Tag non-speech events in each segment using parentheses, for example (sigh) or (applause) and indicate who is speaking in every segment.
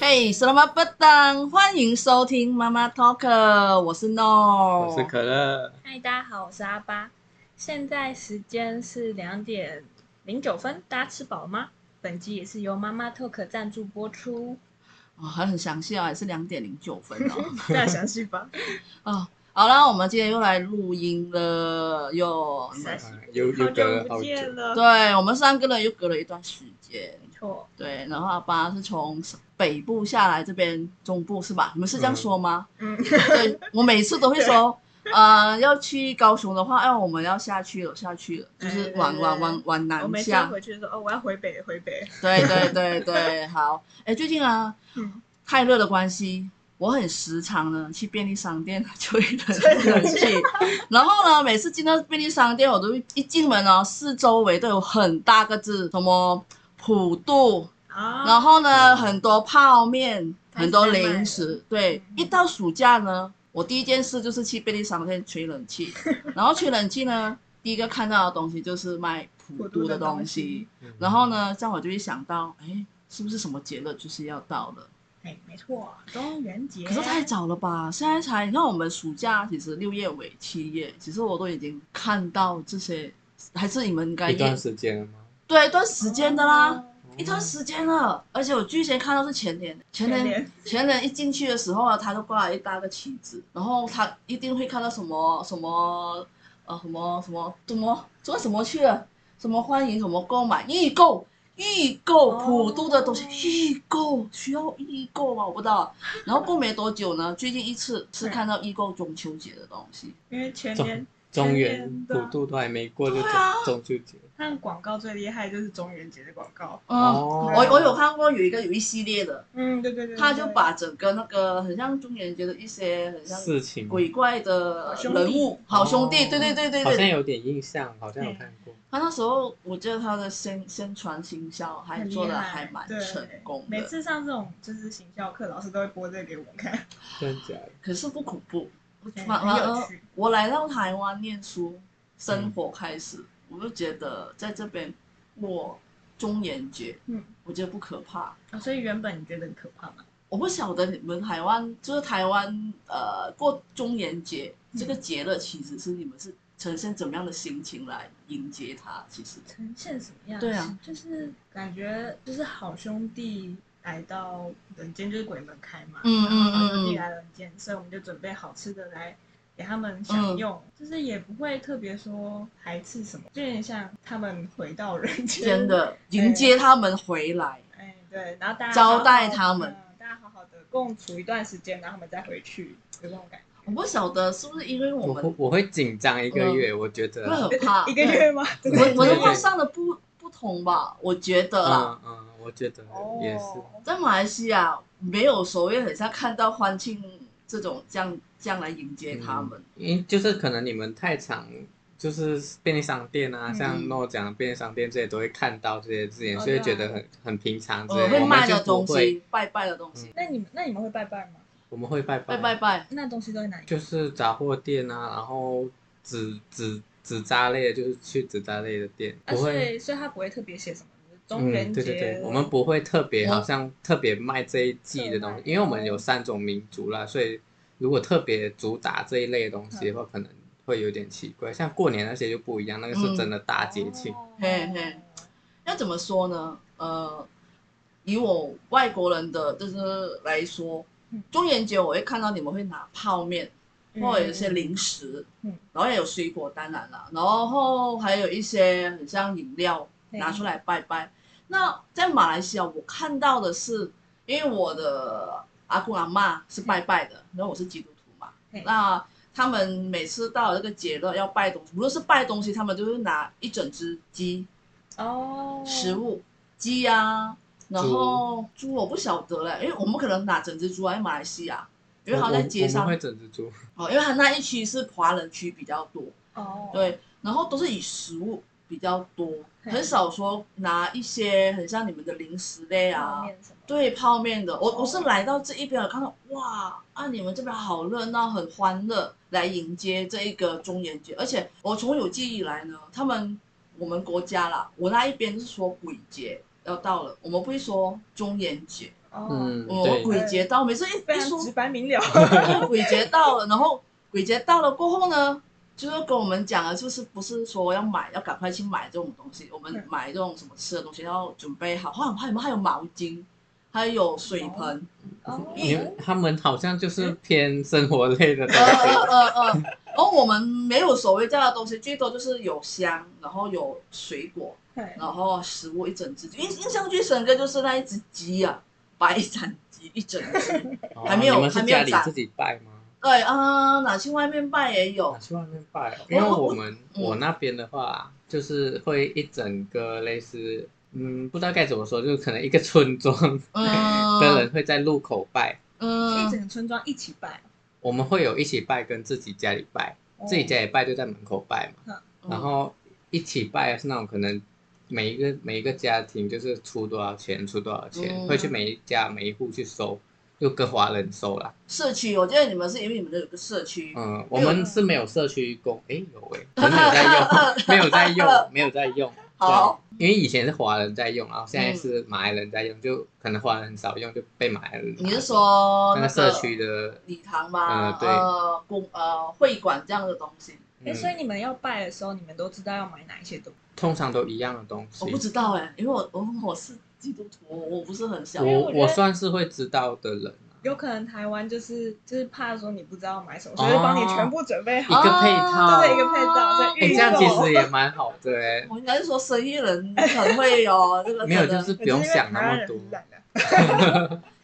Speaker 1: 嘿，什么不等？欢迎收听妈妈 Talk，我是 No，
Speaker 2: 我是可乐。
Speaker 3: 嗨，大家好，我是阿巴。现在时间是两点零九分，大家吃饱吗？本集也是由妈妈 Talk 赞助播
Speaker 2: (laughs)
Speaker 3: 出，
Speaker 1: 哦，还很详细哦，也是两点零九分哦。 (laughs)
Speaker 3: 大家详细吧。
Speaker 1: 哦，好了，我们今天又来录音了，又
Speaker 3: 三
Speaker 2: 啊又又
Speaker 3: 好
Speaker 2: 隔了
Speaker 3: 久
Speaker 2: 好久，
Speaker 3: 不见了，
Speaker 1: 对我们三个人又隔了一段时间，
Speaker 3: 没错，
Speaker 1: 对，然后阿爸是从北部下来这边中部是吧？你们是这样说吗？
Speaker 3: 嗯，
Speaker 1: 对，我每次都会
Speaker 2: (laughs)
Speaker 1: 说。呃，要去高雄的话，哎，我们要下去了，下去了，就是往往往往
Speaker 3: 我
Speaker 1: 南
Speaker 3: 每次
Speaker 1: 下
Speaker 3: 要。回去说哦，我要回北，回北。
Speaker 1: 对对对对，好。哎，最近啊，
Speaker 3: 嗯，
Speaker 1: 太热的关系，我很时常呢去便利商店 (laughs) 吹冷冷气，然后呢，每次进到便利商店，我都一进门哦，四周围都有很大个字，什么普渡，
Speaker 3: 啊，
Speaker 1: 然后呢，
Speaker 2: 哦
Speaker 1: 很多泡面，
Speaker 3: 开始
Speaker 1: 很多
Speaker 3: 在卖
Speaker 1: 零
Speaker 3: 了
Speaker 1: 食。对，
Speaker 3: 嗯
Speaker 1: 一到暑假呢，我第一件事就是去便利商店吹冷
Speaker 3: (laughs)
Speaker 1: 气，然后吹冷气呢，第一个看到的东西就是卖普
Speaker 3: 普
Speaker 1: 渡
Speaker 3: 渡
Speaker 1: 的
Speaker 3: 的
Speaker 1: 东
Speaker 3: 东
Speaker 1: 西
Speaker 3: 西。
Speaker 2: 嗯
Speaker 1: 然后？呢，这样我就会想到，哎，是不是什么节日就是要到了？
Speaker 3: 哎，没错，中元节。
Speaker 1: 可是太早了吧？现在才，你看我们暑假其实六月尾、七月，其实我都已经看到这些，还是你们应该
Speaker 2: 一段
Speaker 1: 也
Speaker 2: 时间了吗？
Speaker 1: 对一段时间的啦，
Speaker 3: 哦，
Speaker 1: 一段时间了。而且我之前看到是前年，前
Speaker 3: 前
Speaker 1: 年
Speaker 3: 年
Speaker 1: 前年一进去的时候啊，他就挂了一大个旗子，然后他一定会看到什么什么呃什么什么什么做什么去了，什么欢迎什么购买预购。预购
Speaker 3: 哦
Speaker 1: 普渡的东西，预购需要预购啊吗？我不知道。然后过没多久呢， (laughs) 最近一次是看到预购中秋节的东西。
Speaker 3: 因为前年
Speaker 2: 中
Speaker 3: 前
Speaker 2: 原
Speaker 3: 年
Speaker 2: 普
Speaker 3: 的
Speaker 2: 渡都还没过就
Speaker 1: 对啊
Speaker 2: 中中秋节
Speaker 3: 他们广告最厉害就是中元节的广告。
Speaker 1: 嗯，
Speaker 2: 哦
Speaker 1: 我我有看过有一个有一系列的，
Speaker 3: 嗯，对对对，对
Speaker 1: 他就
Speaker 3: 对
Speaker 1: 把整个那个很像中元节的一些很像
Speaker 2: 事情，
Speaker 1: 鬼怪的
Speaker 3: 好兄弟
Speaker 1: 人物，好兄弟，
Speaker 2: 哦
Speaker 1: 对对对对
Speaker 2: 好像
Speaker 1: 对。
Speaker 2: 有点印象，好像有看过。
Speaker 1: 他那时候，我记得他的宣宣传行销还
Speaker 3: 很厉
Speaker 1: 做的
Speaker 3: 害
Speaker 1: 还蛮
Speaker 3: 对
Speaker 1: 成功
Speaker 3: 每
Speaker 1: 的，
Speaker 3: 次上这种就是行销课，老师都会播这个给我们看，
Speaker 2: 真假的？
Speaker 1: 可是不恐怖。
Speaker 3: 对
Speaker 1: 反
Speaker 3: 很
Speaker 1: 反
Speaker 3: 有
Speaker 1: 而
Speaker 3: 趣
Speaker 1: 我来到台湾念书，生活开始，我就觉得在这边过中元节，
Speaker 3: 嗯
Speaker 1: 我觉得不可怕。
Speaker 3: 哦所以原本你觉得很可怕吗？
Speaker 1: 我不晓得你们台湾，就是台湾，呃，过中元节
Speaker 3: 嗯
Speaker 1: 这个节日，其实是你们是呈现怎么样的心情来迎接它？其实，
Speaker 3: 呈现什么样？
Speaker 1: 对啊，
Speaker 3: 就是感觉就是好兄弟来到人间，就是鬼门开嘛，
Speaker 1: 嗯
Speaker 3: 然后
Speaker 1: 嗯嗯
Speaker 3: 好兄
Speaker 1: 嗯
Speaker 3: 弟来人间，所以我们就准备好吃的来。给他们
Speaker 1: 嗯
Speaker 3: 享用，就是也不会特别说排斥什么，就有点像他们回到人间。
Speaker 1: 真，的迎接他们回来，
Speaker 3: 哎，对，然后大家
Speaker 1: 招待他
Speaker 3: 好好地嗯
Speaker 1: 们，
Speaker 3: 大家好好的共处一段时间，然后他们再回去，有这种感
Speaker 1: 我不晓得是不是因为我
Speaker 2: 我
Speaker 1: 们
Speaker 2: 会我会紧张一个月，我觉
Speaker 1: 会
Speaker 2: 得。嗯
Speaker 1: 很怕 (laughs)
Speaker 3: 觉。 (laughs) 一个月吗？
Speaker 1: 对
Speaker 3: 真的
Speaker 1: 文
Speaker 2: 对
Speaker 1: 文
Speaker 2: 对
Speaker 1: 化
Speaker 2: 对
Speaker 1: 上的不不同吧，我觉得啦，
Speaker 2: 嗯嗯，我觉得
Speaker 3: 哦
Speaker 2: 也是。嗯
Speaker 1: 在马来西亚没有所谓很像看到欢庆这种这样这样来迎接他们。
Speaker 2: 嗯，因就是可能你们太常就是便利商店啊，
Speaker 3: 嗯
Speaker 2: 像诺讲的便利商店这些都会看到这些字眼，
Speaker 3: 哦
Speaker 2: 所以
Speaker 3: 对啊
Speaker 2: 觉得很很平常之类
Speaker 1: 呃，
Speaker 2: 的。
Speaker 1: 会
Speaker 2: 嗯我
Speaker 1: 卖
Speaker 2: 们
Speaker 1: 的
Speaker 2: 就
Speaker 1: 东
Speaker 2: 不会，
Speaker 1: 西，拜拜的东西，
Speaker 3: 那你们那你们会拜拜吗？
Speaker 2: 我们会拜啊
Speaker 1: 拜拜拜，
Speaker 3: 那东西都在哪里？
Speaker 2: 就是杂货店啊，然后纸纸纸扎类的，就是去纸扎类的店，
Speaker 3: 啊，
Speaker 2: 不
Speaker 3: 所
Speaker 2: 会。
Speaker 3: 以所以他不会特别写什么中元
Speaker 2: 嗯，
Speaker 3: 节、
Speaker 2: 对对
Speaker 4: 啊
Speaker 2: 对，我们不会特别好像特别卖这一季的东西，
Speaker 3: 特卖
Speaker 2: 因为我们有三种民族啦，所以如果特别主打这一类的东西的
Speaker 1: 嗯
Speaker 2: 话，可能会有点奇怪。像过年那些就不一样，那个
Speaker 1: 嗯
Speaker 2: 是真的大节庆。
Speaker 3: 哦
Speaker 1: 嘿嘿要怎么说呢？呃，以我外国人的就是来说
Speaker 3: 嗯，
Speaker 1: 中元节我会看到你们会拿泡面，
Speaker 3: 嗯
Speaker 1: 或者有一些零食，
Speaker 3: 嗯
Speaker 1: 然后也有水果，当然啦，然后还有一些很像饮料
Speaker 3: 对
Speaker 1: 拿出来拜拜。那在马来西亚，我看到的是，因为我的阿公阿妈是拜拜的，然后我是基督徒嘛
Speaker 3: 嗯对，
Speaker 1: 那他们每次到了这个节日要拜东西，无论是拜东西，他们就会拿一整只鸡
Speaker 3: 哦，
Speaker 1: 食物，鸡啊，然后猪我不晓得嘞，因为我们可能拿整只猪来马来西亚，因为好像在街
Speaker 2: 我
Speaker 1: 上
Speaker 2: 我们会整只猪，
Speaker 1: 哦，因为他那一区是华人区比较多，
Speaker 3: 哦，，
Speaker 1: 对，然后都是以食物比较多，
Speaker 3: 嘿
Speaker 1: 很少说拿一些很像你们的零食类啊，
Speaker 4: 嗯
Speaker 3: 面什么？
Speaker 1: 对泡面的。我
Speaker 3: 哦
Speaker 1: 我是来到这一边，我看到哇啊，你们这边好热闹，很欢乐，来迎接这一个中元节。而且我从有记忆以来呢，他们我们国家啦，我那一边是说鬼节要到了，我们不会说中元节，
Speaker 4: 哦，
Speaker 2: 嗯，
Speaker 1: 我
Speaker 2: 对，
Speaker 1: 鬼节到，每次一
Speaker 4: 非
Speaker 1: 一
Speaker 4: 常
Speaker 1: 说
Speaker 4: 直白明了。 (laughs)
Speaker 1: (laughs) 鬼节到了，然后鬼节到了过后呢，就是跟我们讲了，就是不是说要买，要赶快去买这种东西，我们
Speaker 4: 嗯
Speaker 1: 买这种什么吃的东西要准备好，还有还有还有毛巾，还有水盆，
Speaker 4: 哦，
Speaker 2: 你
Speaker 1: 嗯
Speaker 2: 他们好像就是偏生活类的东
Speaker 1: 呃呃
Speaker 2: 西，
Speaker 1: 呃呃，然后我们没有所谓这样的东西，最多就是有香，然后有水果，
Speaker 4: 对
Speaker 1: 然后食物一整只，印印象最深刻就是那一只鸡啊，白斩鸡一整只，
Speaker 2: 哦
Speaker 1: 还没有
Speaker 2: 你们是
Speaker 1: 还没有
Speaker 2: 家里
Speaker 1: 长
Speaker 2: 自己拜吗？
Speaker 1: 对啊，拿去外面卖也有
Speaker 2: 啊，，去外面拜、哦，因为
Speaker 1: 我
Speaker 2: 我们
Speaker 1: 嗯
Speaker 2: 我那边的话，就是会一整个类似，嗯，不知道该怎么说，就是可能一个村庄
Speaker 1: 嗯
Speaker 2: 的人会在路口拜，
Speaker 4: 一
Speaker 1: 嗯
Speaker 4: 整个村庄一起拜，
Speaker 2: 我们会有一起拜跟自己家里拜，
Speaker 4: 哦
Speaker 2: 自己家里拜就在门口拜嘛，
Speaker 1: 哦
Speaker 2: 然后一起拜是那种可能。每一个每一个家庭就是出多少钱出多少钱，
Speaker 1: 嗯
Speaker 2: 会去每一家每一户去收，就跟华人收啦。
Speaker 1: 社区，我记得你们是因为你们有个社区，
Speaker 2: 嗯，我们是没有社区公，诶，有
Speaker 1: (laughs)
Speaker 2: 诶，我们没有在用，没有在用，没有在用。
Speaker 1: 好
Speaker 2: 对，因为以前是华人在用，然后现在是
Speaker 4: 嗯
Speaker 2: 马来人在用，就可能华人很少用，就被马来人拿走。
Speaker 1: 你是说
Speaker 2: 那
Speaker 1: 个
Speaker 2: 个社区的？
Speaker 1: 礼堂吗？
Speaker 2: 嗯对
Speaker 1: 呃，公呃会馆这样的东西，
Speaker 4: 哎，
Speaker 2: 嗯
Speaker 4: 所以你们要拜的时候，你们都知道要买哪一些东西。
Speaker 2: 通常都一样的东西
Speaker 1: 我。不知道哎、因为我我我是基督徒，我不是很想
Speaker 4: 因为
Speaker 2: 我
Speaker 4: 我觉得
Speaker 2: 算是会知道的人啊，
Speaker 4: 有可能台湾就是就是怕说你不知道买
Speaker 2: 哦
Speaker 4: 什么，所以就帮你全部准备好。
Speaker 2: 一个配套
Speaker 4: 哦
Speaker 2: 哎
Speaker 4: 对一个配套在
Speaker 2: 诶，
Speaker 4: 预
Speaker 2: 这样其
Speaker 4: 购
Speaker 2: 实也蛮好的诶，
Speaker 1: 哦我应该是说生意人很会哦，这个
Speaker 2: 没有
Speaker 1: 真的
Speaker 2: 就是不
Speaker 4: 可是因
Speaker 2: 用
Speaker 4: 为
Speaker 2: 想那
Speaker 4: 台湾
Speaker 2: 么
Speaker 4: 人
Speaker 2: 多。
Speaker 4: 不懒啊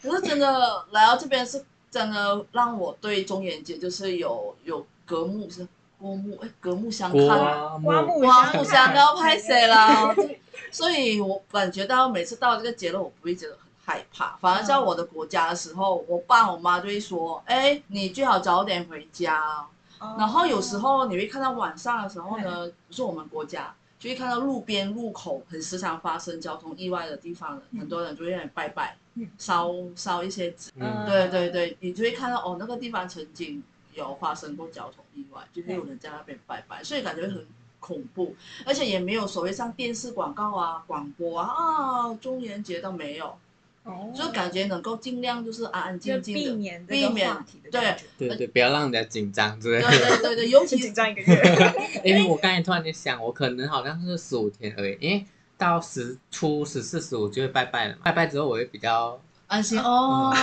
Speaker 1: 可是真的来到这边是真的让我对中元节就是有有隔幕是郭幕哎隔幕相看啊。
Speaker 4: 刮
Speaker 2: 刮
Speaker 4: 目
Speaker 2: 目
Speaker 1: 哇，
Speaker 4: 相
Speaker 1: 互相都要拍谁
Speaker 4: (laughs) 了？
Speaker 1: 了？哦所以我感觉到每次到这个节日，我不会觉得很害怕。反而在
Speaker 4: 嗯
Speaker 1: 我的国家的时候，我爸我妈就会说：“哎，你最好早点回家哦。”
Speaker 4: 哦
Speaker 1: 然后有时候你会看到晚上的时候呢，不是我们国家。就会看到路边路口很时常发生交通意外的地方，
Speaker 4: 嗯
Speaker 1: 很多人就会在那里拜拜
Speaker 4: 嗯，
Speaker 1: 烧烧一些纸。
Speaker 2: 嗯
Speaker 1: 对对对，你就会看到哦，那个地方曾经有发生过交通意外，就是有人在那边拜拜，所以感觉很恐怖，而且也没有所谓像电视广告啊、广播啊啊，中元节都没有，
Speaker 4: 哦
Speaker 1: 就感觉能够尽量就是安安
Speaker 4: 就
Speaker 1: 静静
Speaker 4: 避
Speaker 1: 的。
Speaker 4: 免这个话题的感觉，
Speaker 2: 对对，不要让人家紧张之类
Speaker 1: (laughs) 对
Speaker 2: 的。 (laughs)
Speaker 1: 对对对，
Speaker 4: (laughs)
Speaker 1: 尤
Speaker 4: 就
Speaker 1: (laughs) 其
Speaker 4: 紧张一个月。
Speaker 1: (laughs)
Speaker 2: 因为我刚才突然间想，我可能好像是十五天而已，因为到十初十四、十五就会拜拜了嘛。拜拜之后，我会比较，
Speaker 1: 安心哦，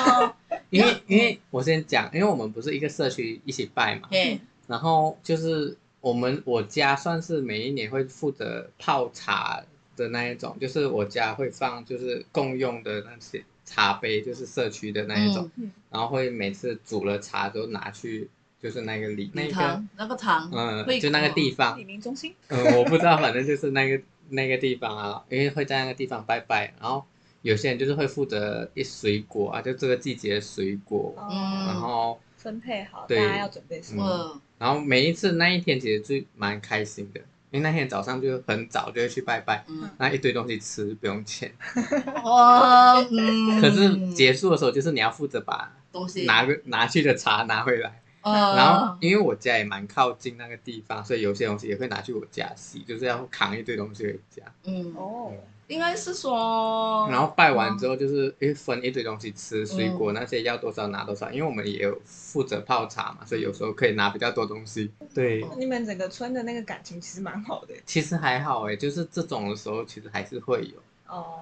Speaker 2: 因为因为我先讲，因为我们不是一个社区一起拜嘛，
Speaker 1: (laughs) 嘿，
Speaker 2: 然后就是我们我家算是每一年会负责泡茶的那一种，就是我家会放就是共用的那些茶杯，就是社区的那一种，
Speaker 4: 嗯
Speaker 2: 然后会每次煮了茶都拿去就是那个里那
Speaker 1: 礼
Speaker 2: 个
Speaker 1: 堂那个堂，
Speaker 2: 嗯、
Speaker 1: 会
Speaker 2: 就那个
Speaker 1: 哭
Speaker 2: 地方
Speaker 4: 李，明中心
Speaker 2: 嗯，我不知道，反正就是那个那个地方啊，因为会在那个地方拜拜，然后有些人就是会负责一水果啊，就这个季节的水果，
Speaker 1: 嗯
Speaker 2: 然
Speaker 4: 哦，
Speaker 2: 后
Speaker 4: 分配好大
Speaker 2: 对
Speaker 4: 家要准备什么。
Speaker 1: 嗯，
Speaker 2: 然后每一次那一天其实就蛮开心的，因为那天早上就很早就会去拜拜，
Speaker 1: (laughs) 嗯，
Speaker 2: 那一堆东西吃不用钱，
Speaker 1: 哇，嗯，
Speaker 2: 可是结束的时候就是你要负责把
Speaker 1: 东西，
Speaker 2: 拿个拿去的茶拿回来，
Speaker 1: 呃，
Speaker 2: 然后因为我家也蛮靠近那个地方，所以有些东西也会拿去我家洗，就是要扛一堆东西回家。
Speaker 1: 嗯，
Speaker 4: 哦，
Speaker 1: 应该是说，
Speaker 2: 然后拜
Speaker 1: 哦
Speaker 2: 完之后就是一分一堆东西吃，水
Speaker 1: 嗯
Speaker 2: 果那些要多少拿多少，因为我们也有负责泡茶嘛，所以有时候可以拿比较多东西。对，
Speaker 4: 你们整个村的那个感情其实蛮好的
Speaker 2: 其实还好哎，就是这种的时候其实还是会有，
Speaker 4: 哦。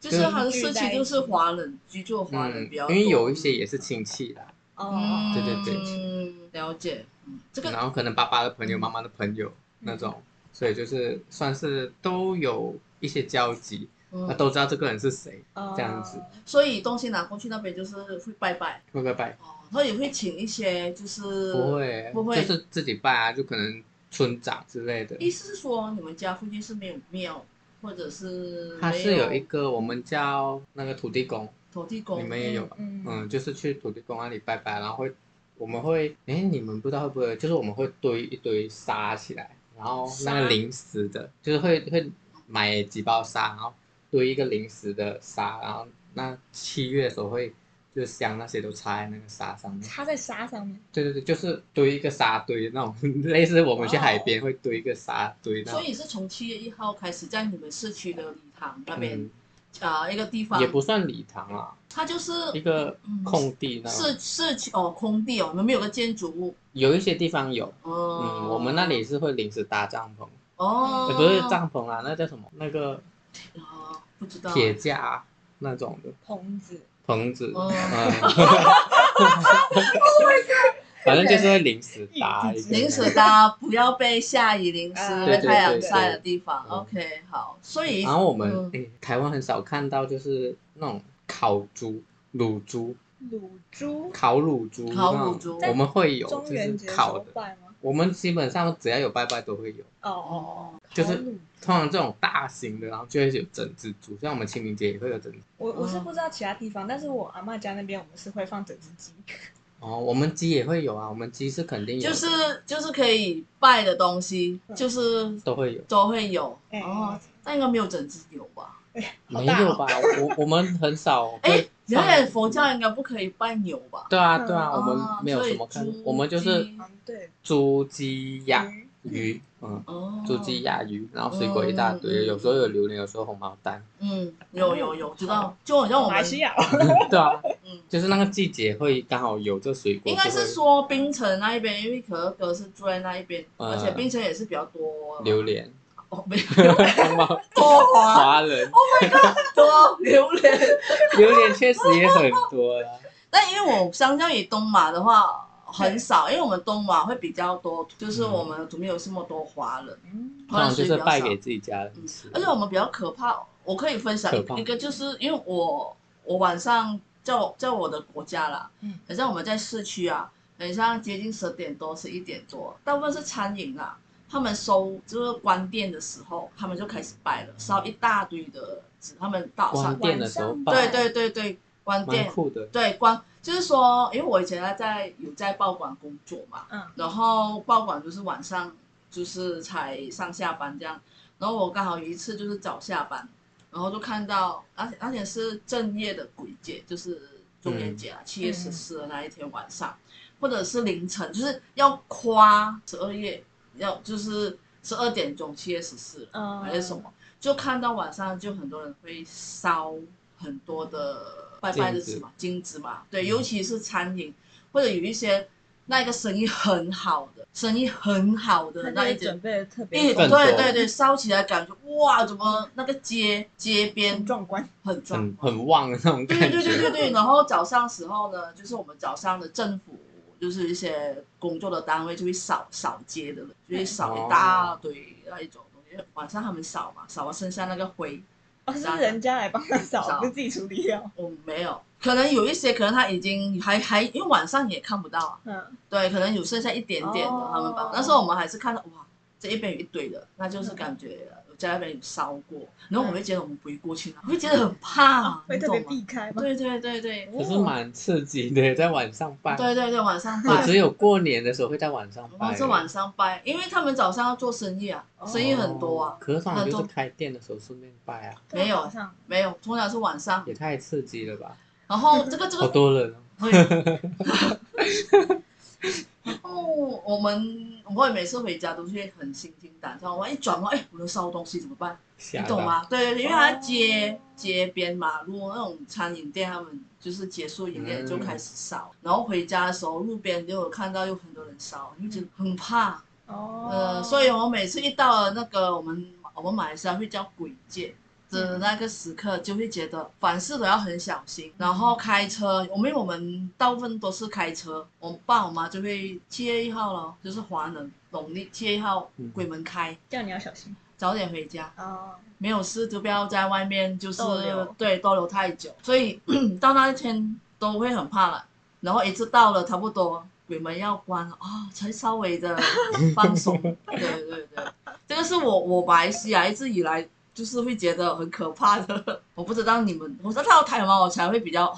Speaker 1: 就是他的社区就是华人居住，华人
Speaker 2: 嗯，
Speaker 1: 比较多，
Speaker 2: 因为有一些也是亲戚啦，
Speaker 4: 哦，
Speaker 2: 对对对
Speaker 1: 嗯，了解，嗯，这个嗯
Speaker 2: 然后可能爸爸的朋友、妈妈的朋友那种，所以就是算是都有一些交集，那
Speaker 1: 嗯，
Speaker 2: 都知道这个人是谁，
Speaker 4: 哦
Speaker 2: 这样子
Speaker 1: 所以东西拿过去那边就是会拜拜
Speaker 2: 会不会拜？
Speaker 1: 哦，他也会请一些就是
Speaker 2: 不，会，欸
Speaker 1: 不会
Speaker 2: 就是自己拜啊，就可能村长之类的。
Speaker 1: 意思是说你们家附近是没有庙或者是
Speaker 2: 它
Speaker 1: 没
Speaker 2: 是有一个我们叫那个土地公，
Speaker 1: 土地公，
Speaker 2: 你们也有吧？
Speaker 4: 嗯
Speaker 2: 嗯，就是去土地公那里拜拜，然后会我们会，哎，你们不知道会不会，就是我们会堆一堆沙起来，然后那
Speaker 1: 沙
Speaker 2: 个零食的，就是会会买几包沙，然后堆一个零食的沙，然后那七月的时候会就是香那些都插在那个沙上面。
Speaker 4: 插在沙上面，
Speaker 2: 对对对，就是堆一个沙堆那种，类似我们去
Speaker 1: 哇哦
Speaker 2: 海边会堆一个沙堆那
Speaker 1: 所
Speaker 2: 种。
Speaker 1: 以是从七月一号开始在你们市区的礼堂那边
Speaker 2: 嗯
Speaker 1: 呃一个地方
Speaker 2: 也，不算礼堂啦，
Speaker 1: 它就是
Speaker 2: 一个
Speaker 1: 嗯
Speaker 2: 空地那种。
Speaker 1: 社社区哦空地哦，你们没有个建筑物
Speaker 2: 有一些地方有，
Speaker 1: 哦、
Speaker 2: 嗯，我们那里是会临时搭帐篷，
Speaker 1: 哦
Speaker 2: 也不是帐篷啊啦，那叫什么？那个
Speaker 1: 哦不知道
Speaker 2: 铁架啊那种的
Speaker 4: 棚子，
Speaker 2: 棚子，
Speaker 1: 哦 (laughs)
Speaker 2: 嗯，反正就是会临时搭一个
Speaker 1: 临时。搭，不要被下雨淋湿、
Speaker 4: 啊
Speaker 1: 被
Speaker 4: 对对
Speaker 1: 太阳
Speaker 4: 对
Speaker 1: 晒
Speaker 2: 对
Speaker 1: 的地方。
Speaker 2: 嗯
Speaker 1: OK，好，所以
Speaker 2: 然后我们
Speaker 1: 嗯
Speaker 2: 诶、台湾很少看到就是那种烤猪、卤猪、
Speaker 4: 卤猪，
Speaker 2: 烤乳猪那种，
Speaker 1: 烤乳猪
Speaker 2: 我们会有
Speaker 4: 中
Speaker 2: 就
Speaker 4: 元
Speaker 2: 是
Speaker 4: 节的时
Speaker 2: 烤
Speaker 4: 候
Speaker 2: 的。
Speaker 4: 拜吗？
Speaker 2: 我们基本上只要有拜拜都会有，
Speaker 4: 哦哦，哦
Speaker 2: 就是
Speaker 4: 烤卤
Speaker 2: 通常这种大型的，然后就会有整只猪，像我们清明节也会有整只。
Speaker 4: 我我
Speaker 1: 嗯
Speaker 4: 是不知道其他地方，但是我阿嬷家那边我们是会放整只鸡，
Speaker 2: 哦，我们鸡也会有啊，我们鸡是肯定有
Speaker 1: 就
Speaker 2: 的，
Speaker 1: 是就是可以拜的东西，
Speaker 4: 嗯
Speaker 1: 就是
Speaker 2: 都会有。
Speaker 1: 都会有。
Speaker 4: 哎
Speaker 1: 哦，但应该没有整只牛吧？
Speaker 4: 好
Speaker 2: 没
Speaker 4: 大
Speaker 2: 有
Speaker 4: 哦
Speaker 2: 吧？我我们
Speaker 1: (laughs)
Speaker 2: 很少会放。嗯
Speaker 1: 哎，原来佛教应该不可以拜牛吧？
Speaker 2: 对啊对
Speaker 4: 嗯
Speaker 2: 啊，我
Speaker 1: 啊
Speaker 2: 们没有
Speaker 1: 所以
Speaker 2: 什么看
Speaker 1: 猪，
Speaker 2: 我们就是
Speaker 1: 鸡
Speaker 4: 嗯对，
Speaker 2: 猪、鸡、鸭、
Speaker 4: 鱼
Speaker 2: 鱼，嗯，
Speaker 1: 哦，
Speaker 2: 猪、鸡、鸭、鱼，然后水果一大
Speaker 1: 嗯嗯嗯
Speaker 2: 堆，有时候有榴莲，有时候红毛丹。 (laughs)
Speaker 1: 嗯，有有有，知道，就好像我
Speaker 4: 马来
Speaker 1: 们
Speaker 4: 西亚
Speaker 2: 对啊，
Speaker 1: 嗯。
Speaker 2: 就是那个季节会刚好有这水果，
Speaker 1: 应该
Speaker 2: 就会
Speaker 1: 是说槟城那一边，因为可乐哥是住在那一边，
Speaker 2: 嗯
Speaker 1: 而且槟城也是比较多
Speaker 2: 榴莲、 (laughs)
Speaker 1: 哦，没有 (laughs)
Speaker 2: 红毛
Speaker 1: 多华
Speaker 2: 华人，
Speaker 1: 多榴莲。
Speaker 2: 榴莲确实也很
Speaker 1: (laughs)
Speaker 2: 多啦。
Speaker 1: 但因为我相较于东马的话很少，因为我们东马会比较多，就是我们组没有这么多华人，
Speaker 4: 嗯
Speaker 2: 通
Speaker 1: 华人
Speaker 2: 常
Speaker 1: 所
Speaker 2: 就
Speaker 1: 以
Speaker 2: 是
Speaker 1: 比较
Speaker 2: 拜
Speaker 1: 少嗯
Speaker 2: 给自己家人吃。
Speaker 1: 而且我们比较可怕。我可以分享
Speaker 2: 可怕
Speaker 1: 一个，就是因为我我晚上在我在我的国家啦，
Speaker 4: 嗯
Speaker 1: 很像我们在市区啊，很像接近十点多十一点多，大部分是餐饮啦，他们收就是关店的时候，他们就开始拜了，烧一大堆的纸，他们到
Speaker 2: 关
Speaker 1: 上
Speaker 2: 店的时候
Speaker 4: 晚上
Speaker 2: 拜，
Speaker 1: 对对对对关
Speaker 2: 蛮
Speaker 1: 店
Speaker 2: 酷的。
Speaker 1: 对，光就是说，因为我以前在有在报馆工作嘛，
Speaker 4: 嗯，
Speaker 1: 然后报馆就是晚上就是才上下班这样，然后我刚好有一次就是早下班，然后就看到，而且而且是正月的鬼节，就是中元节啊，七、月十四的那一天晚上，或者是凌晨，就是要夸十二月，要就是十二点钟七月十四了
Speaker 4: 嗯
Speaker 1: 还是什么，就看到晚上就很多人会烧很多的拜拜的
Speaker 2: 金
Speaker 1: 什
Speaker 2: 子
Speaker 1: 么金子嘛，对，
Speaker 2: 嗯
Speaker 1: 尤其是餐饮或者有一些那一个生意很好的，生意很好的
Speaker 4: 那
Speaker 1: 那
Speaker 4: 就
Speaker 1: 一
Speaker 4: 是
Speaker 1: 种
Speaker 4: 准。备的特
Speaker 1: 一
Speaker 4: 别
Speaker 1: 对
Speaker 2: 更多
Speaker 1: 对对，烧起来感觉哇，怎么那个街街边
Speaker 4: 很壮观，
Speaker 1: 很壮
Speaker 2: 很
Speaker 1: 观？
Speaker 2: 很旺的那 (laughs) 种
Speaker 1: 对
Speaker 2: 感
Speaker 1: 对对对
Speaker 2: 觉，
Speaker 1: 对。然后早上时候呢，就是我们早上的政府，就是一些工作的单位就会扫扫街的人，就会扫一大堆那一种东西。晚上他们扫嘛，扫完剩下那个灰，
Speaker 4: 哦，是人家来帮他
Speaker 1: 扫
Speaker 4: 扫，不是自己处理掉，
Speaker 1: 我没有，可能有一些可能他已经还还，因为晚上也看不到啊。
Speaker 4: 嗯，
Speaker 1: 对，可能有剩下一点点的
Speaker 4: 哦
Speaker 1: 他们吧。那时候我们还是看到哇，这一边有一堆的，那就是感觉在那边有烧过，然后我会觉得我们不会过去那，我会觉得很怕，
Speaker 4: 会
Speaker 1: 你
Speaker 4: 特别
Speaker 1: 懂吗？
Speaker 4: 避开吗？
Speaker 1: 对对对对，
Speaker 3: 哦
Speaker 2: 可是蛮刺激的，在晚上拜。
Speaker 1: 对对对，晚上
Speaker 2: 我
Speaker 1: 拜，
Speaker 2: 只有过年的时候会在晚上欸
Speaker 1: 我
Speaker 2: 拜。
Speaker 1: 们是哦晚上拜，因为他们早上要做生意啊，生意很多啊
Speaker 2: 哦，可是通常就
Speaker 1: 很
Speaker 2: 是
Speaker 1: 多
Speaker 2: 开店的时候顺便拜啊，
Speaker 4: 对
Speaker 1: 没有
Speaker 4: 早上
Speaker 1: 没有，通常是晚上。
Speaker 2: 也太刺激了吧！
Speaker 1: 然后这个这
Speaker 2: 好 (laughs)
Speaker 1: 个，
Speaker 2: 多人哦，
Speaker 1: 对然后我们我也每次回家都会很心惊胆战，我一转弯，哎，我的烧东西怎么办？
Speaker 2: 吓
Speaker 1: 你
Speaker 2: 到
Speaker 1: 懂？吗？对，因为它街
Speaker 4: 哦
Speaker 1: 街边马路那种餐饮店，他们就是结束营业
Speaker 2: 嗯
Speaker 1: 就开始烧，然后回家的时候路边就有看到有很多人烧，你
Speaker 2: 嗯
Speaker 1: 就觉得很怕。
Speaker 4: 哦，
Speaker 1: 呃，所以我每次一到了那个我们我们马来西亚会叫鬼界的那个时刻，就会觉得凡事都要很小心，然后开车，我们因为我们大部分都是开车，我爸我妈就会七月一号咯，就是华人农历七月一号
Speaker 2: 嗯
Speaker 1: 鬼门开，
Speaker 4: 叫你要小心
Speaker 1: 早点回家。
Speaker 4: 哦，
Speaker 1: 没有事就不要在外面就是
Speaker 4: 逗留
Speaker 1: 对逗留太久，所以 (clears throat) 到那一天都会很怕了。然后一直到了差不多鬼门要关了啊、才稍微的放松。对对对，这个是我 (laughs) 我马来西亚一直以来就是会觉得很可怕的。我不知道你们，我知道台湾我才会比较、啊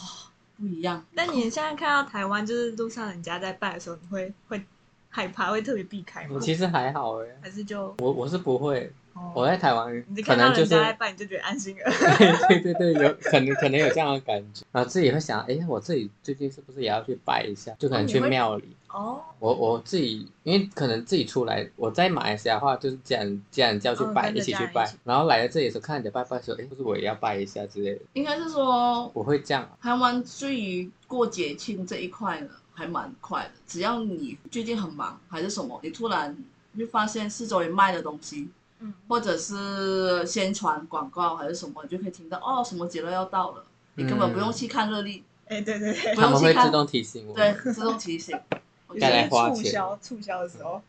Speaker 1: 不一样。
Speaker 4: 但你现在看到台湾，就是路上人家在拜的时候，你会会害怕，会特别避开吗？
Speaker 2: 我其实还好哎，
Speaker 4: 还是就哦
Speaker 2: 我我是不会，我在台湾
Speaker 3: 你
Speaker 2: 可
Speaker 3: 看
Speaker 2: 能
Speaker 3: 到
Speaker 2: 就
Speaker 3: 人
Speaker 2: 是
Speaker 3: 家在办，你就觉得安心
Speaker 4: (laughs)
Speaker 3: 了。
Speaker 2: (laughs) 对对对，有可能可能有这样的感觉，然后自己会想，哎，我自己最近是不是也要去拜一下？就可能去
Speaker 3: 哦你会
Speaker 2: 庙里。
Speaker 3: 哦，
Speaker 2: 我我自己，因为可能自己出来，我在马来西亚的话，就是家人家人叫去
Speaker 1: 哦
Speaker 3: 嗯
Speaker 2: 拜，
Speaker 3: 跟着
Speaker 2: 一起
Speaker 3: 家
Speaker 2: 去
Speaker 3: 人一
Speaker 2: 拜
Speaker 3: 起。
Speaker 2: 然后来了这里的时候，看人家拜拜的时候，哎，是不是我也要拜一下之类的？
Speaker 1: 应该是说
Speaker 2: 我会这样，
Speaker 1: 台湾对于过节庆这一块呢，还蛮快的。只要你最近很忙还是什么，你突然就发现四周围卖的东西，
Speaker 3: 嗯，
Speaker 1: 或者是宣传广告还是什么，你就可以听到哦，什么节日要到了，你根本不用去看热力，
Speaker 3: 哎，对对对，
Speaker 1: 不
Speaker 2: 啊他
Speaker 1: 用
Speaker 2: 们
Speaker 1: 去
Speaker 2: 会
Speaker 1: 看，
Speaker 2: 自动提醒我。
Speaker 1: 对，自动提醒。我觉
Speaker 2: 该来
Speaker 1: 得，
Speaker 2: 花
Speaker 3: 尤其是
Speaker 2: 钱
Speaker 3: 促销促销的时候，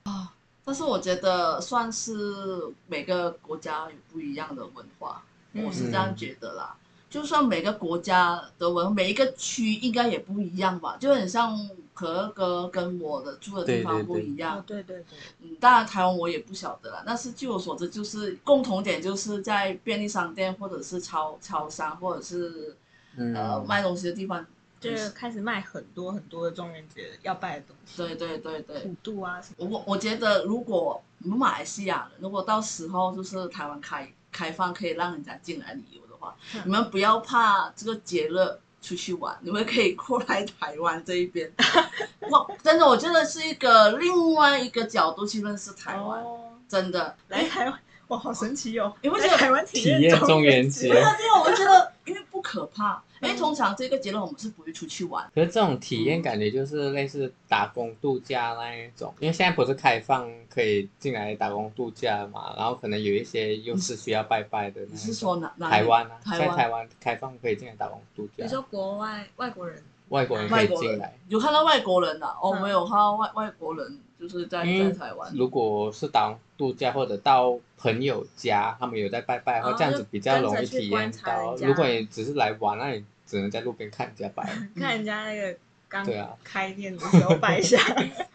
Speaker 1: 但是我觉得算是每个国家有不一样的文化，
Speaker 3: 嗯
Speaker 1: 我是这样觉得啦。就算每个国家的文，每一个区应该也不一样吧，就很像可乐哥跟我的住的地方
Speaker 2: 对对
Speaker 1: 不
Speaker 2: 对
Speaker 1: 一样
Speaker 3: 哦，。对对对，
Speaker 1: 嗯，当然台湾我也不晓得啦，但是据我所知，就是共同点就是在便利商店或者是超超商或者是
Speaker 2: 嗯，
Speaker 1: 呃卖东西的地方，
Speaker 3: 就是开始卖很多很多的中元节要拜的东西，
Speaker 1: 对对对对，
Speaker 3: 普渡啊什么，
Speaker 1: 我我觉得，如果我们马来西亚人，如果到时候就是台湾开开放，可以让人家进来旅游的话，
Speaker 3: 嗯
Speaker 1: 你们不要怕这个节日出去玩，你们可以过来台湾这一边。 (laughs) 我真的，我觉得是一个另外一个角度去认识台湾，
Speaker 3: 哦，
Speaker 1: 真的。
Speaker 3: 来台湾，哇，好神奇 (laughs) 哦！
Speaker 1: 你不觉
Speaker 3: 来
Speaker 1: 得
Speaker 3: 台湾体
Speaker 2: 体验中
Speaker 3: 中
Speaker 2: 元
Speaker 3: 节
Speaker 2: 节？
Speaker 1: 那这个我觉得，因为不可怕，因为
Speaker 3: 嗯
Speaker 1: 通常这个节日我们是不会出去玩。
Speaker 2: 可是这种体
Speaker 1: 嗯
Speaker 2: 验感觉就是类似打工度假那一种，因为现在不是开放可以进来打工度假嘛，然后可能有一些又是需要拜拜
Speaker 3: 嗯
Speaker 2: 的那一种。
Speaker 1: 你是说哪哪里
Speaker 2: 台湾啊？
Speaker 1: 台
Speaker 2: 在
Speaker 1: 湾
Speaker 2: 台湾开放可以进来打工度假
Speaker 3: 你，说国外外国人，
Speaker 2: 外国人可
Speaker 1: 外
Speaker 2: 以
Speaker 1: 国
Speaker 2: 进
Speaker 1: 人
Speaker 2: 来。
Speaker 1: 有看到外国人呐、啊？哦，
Speaker 3: 嗯
Speaker 1: 没有看到外外国人，就是在在
Speaker 2: 嗯
Speaker 1: 台湾。
Speaker 2: 如果是打工度假或者到朋友家，他们有在拜拜的话，
Speaker 3: 哦
Speaker 2: 这样子比较容易体
Speaker 3: 就跟
Speaker 2: 验
Speaker 3: 着去观察
Speaker 2: 到。
Speaker 3: 人家
Speaker 2: 如果你只是来玩，那你只能在路边看人家拜。
Speaker 3: 看人家那个刚
Speaker 2: 对啊
Speaker 3: 开店的时候拜 (laughs) 一下，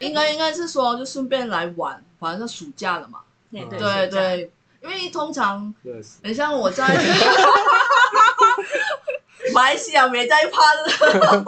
Speaker 1: 应该应该是说就顺便来玩，反正暑假了嘛。
Speaker 3: 对
Speaker 2: 嗯
Speaker 1: 对，对，因为通常
Speaker 3: 嗯
Speaker 2: 热死！
Speaker 1: 很像我在 (laughs) 马来西亚没在怕的，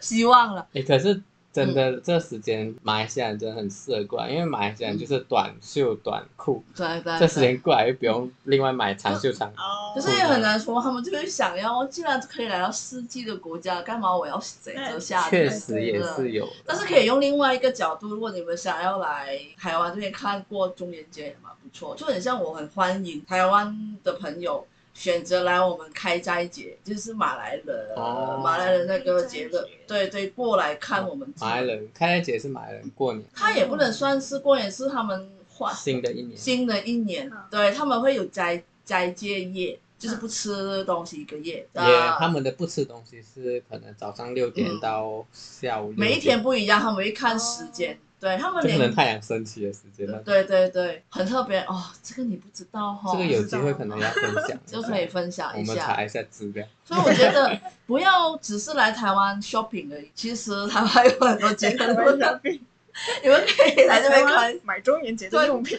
Speaker 1: 希望了。
Speaker 2: 哎，可是真的这时间，马来西亚人真的很适合过来，因为马来西亚人就是短袖短裤，
Speaker 1: 对
Speaker 3: 嗯
Speaker 1: 对
Speaker 2: 这时
Speaker 1: 对，
Speaker 2: 间过来又不用另外买长袖长裤。
Speaker 3: 哦，
Speaker 1: 可是也很难说，他们就会想要，既然可以来到四季的国家，干嘛我要选择夏
Speaker 2: 确
Speaker 1: 天？
Speaker 2: 实也是有的，
Speaker 1: 但是可以用另外一个角度，如果你们想要来台湾这边看过中元节也蛮不错，就很像我很欢迎台湾的朋友选择来我们开斋节，就是马来人、
Speaker 2: 哦
Speaker 1: 马来人那个节日
Speaker 3: 开斋节，
Speaker 1: 对对，过来看我们节日。
Speaker 2: 马来人开斋节是马来人过年，
Speaker 1: 他也不能算是过年，是他们换
Speaker 2: 新的一年。
Speaker 1: 新的一年
Speaker 3: 嗯，
Speaker 1: 对他们会有斋斋戒夜，就是不吃东西一个夜，
Speaker 2: 也、
Speaker 1: 呃
Speaker 2: 他们的不吃东西是可能早上六点
Speaker 1: 嗯
Speaker 2: 到下午6点、
Speaker 1: 每一天不一样，他们会看时
Speaker 2: 哦
Speaker 1: 间，对他们
Speaker 2: 就可能
Speaker 1: 连
Speaker 2: 太阳升起的时间了。
Speaker 1: 对哦对对，很特别哦，这个你不知道哈、
Speaker 2: 这个有机
Speaker 3: 我知
Speaker 2: 会
Speaker 3: 道
Speaker 2: 可能要分享一
Speaker 1: (laughs)
Speaker 2: 下，
Speaker 1: 就可以分享
Speaker 2: 我
Speaker 1: 一
Speaker 2: 们查
Speaker 1: 下。
Speaker 2: 一下资料。
Speaker 1: 所以我觉得不要只是来台湾 shopping 而已，其实台湾还有很多节日， (laughs) 你们可以来这边看，
Speaker 3: 买中元节的用 (laughs) 品，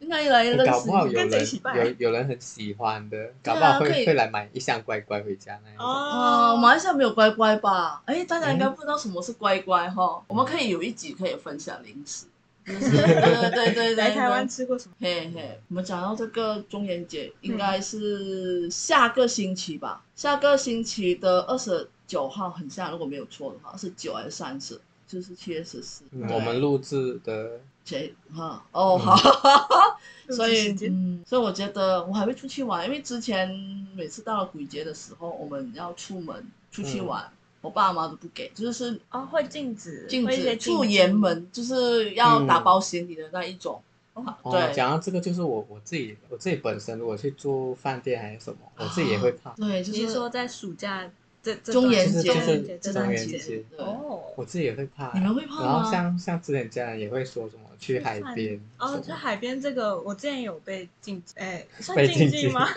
Speaker 1: 应该来认
Speaker 2: 搞
Speaker 1: 识
Speaker 2: 不好
Speaker 1: 一
Speaker 2: 有
Speaker 1: 下。
Speaker 3: 跟
Speaker 2: 人
Speaker 3: 着一起拜
Speaker 2: 有有人很喜欢的，搞不
Speaker 1: 对啊
Speaker 2: 好会、
Speaker 1: 可以
Speaker 2: 会来买一箱乖乖回家那一种。
Speaker 1: 哦，马来西亚没有乖乖吧？哎，大家应该不知道什么是乖乖哈、我们可以有一集可以分享零
Speaker 2: (laughs)
Speaker 1: 食，就是对对对对对，
Speaker 3: 来台湾吃过什么？
Speaker 1: 嘿嘿，我们讲到这个中元节，
Speaker 3: 嗯
Speaker 1: 应该是下个星期吧？下个星期的二十九号，很像，如果没有错的话，二十九还是三十，就是七月十四。
Speaker 2: 嗯我们录制的
Speaker 1: 谁哈？哦，
Speaker 2: 嗯
Speaker 3: (laughs)
Speaker 1: 好。所
Speaker 3: 录制时
Speaker 1: 以，
Speaker 3: 间
Speaker 1: 嗯，所以我觉得我还会出去玩，因为之前每次到了鬼节的时候，我们要出门出去玩，
Speaker 2: 嗯
Speaker 1: 我爸妈都不给，就是
Speaker 3: 哦，会禁止，
Speaker 1: 禁
Speaker 3: 会一些
Speaker 1: 止
Speaker 3: 禁
Speaker 1: 出严门，就是要打包行李的那一种。
Speaker 3: 哦
Speaker 2: 嗯哦，
Speaker 1: 对，
Speaker 2: 讲到这个就是我我自己我自己本身如果去住饭店还是什么，
Speaker 1: 啊
Speaker 2: 我自己也会怕。
Speaker 1: 对，就
Speaker 3: 你
Speaker 1: 是
Speaker 3: 是说在暑假这这
Speaker 1: 中元
Speaker 2: 就是
Speaker 1: 节
Speaker 2: 就
Speaker 3: 中元
Speaker 2: 是
Speaker 3: 节
Speaker 1: 这
Speaker 3: 这
Speaker 1: 段
Speaker 3: 段
Speaker 2: 中
Speaker 1: 时间
Speaker 2: 元节，
Speaker 1: 对
Speaker 3: 哦
Speaker 2: 我自己也会怕。
Speaker 1: 你们会怕吗？
Speaker 2: 然后像像之前家人也会说什么去海边
Speaker 3: 哦，
Speaker 2: 什
Speaker 3: 就
Speaker 2: 么
Speaker 3: 海边这个，我之前有被禁止，哎，算
Speaker 2: 被
Speaker 3: 禁
Speaker 2: 禁
Speaker 3: 忌
Speaker 2: 忌
Speaker 3: (laughs) 吗？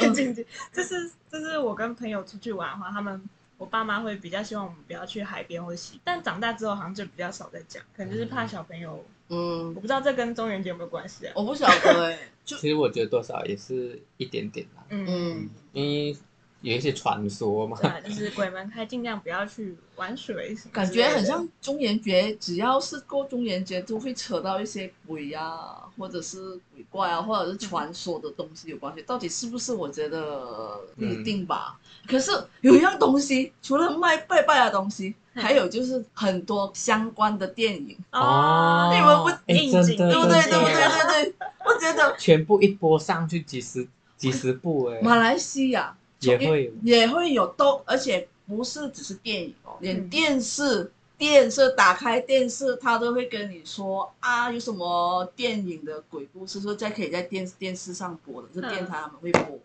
Speaker 3: 被禁忌，就是就是我跟朋友出去玩的话，他们。我爸妈会比较希望我们不要去海边或溪，但长大之后好像就比较少在讲，可能就是怕小朋友。我
Speaker 1: 嗯
Speaker 3: 不，知道这跟中元节有没有关系啊？
Speaker 2: (laughs)
Speaker 1: 我不晓得哎、就
Speaker 2: 其实我觉得多少也是一点点啦，
Speaker 3: 嗯，
Speaker 1: 嗯，
Speaker 2: 因为有一些传说嘛。
Speaker 4: 对
Speaker 3: 啊，就是鬼门开，尽量不要去玩水什么之类的。
Speaker 1: (laughs) 感觉很像中元节，只要是过中元节，都会扯到一些鬼呀、或者是鬼怪啊，或者是 (laughs) 传说的东西有关系。到底是不是？我觉得不
Speaker 2: 嗯
Speaker 1: 一定吧。可是有一样东西，除了卖拜拜的东西，
Speaker 4: 嗯
Speaker 1: 还有就是很多相关的电影，
Speaker 3: 哦，
Speaker 1: 你们不
Speaker 2: 哎
Speaker 3: 应
Speaker 2: 真
Speaker 3: 景
Speaker 2: 的
Speaker 1: 对不对？
Speaker 2: 真
Speaker 1: 对不
Speaker 2: 的
Speaker 1: 对？对对，
Speaker 2: 嗯
Speaker 1: 我觉得
Speaker 2: 全部一波上去几十几十部哎、
Speaker 1: 马来西亚
Speaker 2: 也会有
Speaker 1: 也会有都，而且不是只是电影哦，连
Speaker 3: 嗯
Speaker 1: 电视、电视打开电视，他都会跟你说啊，有什么电影的鬼故事，说在可以在电电视上播的，这
Speaker 4: 嗯
Speaker 1: 电台他们会播。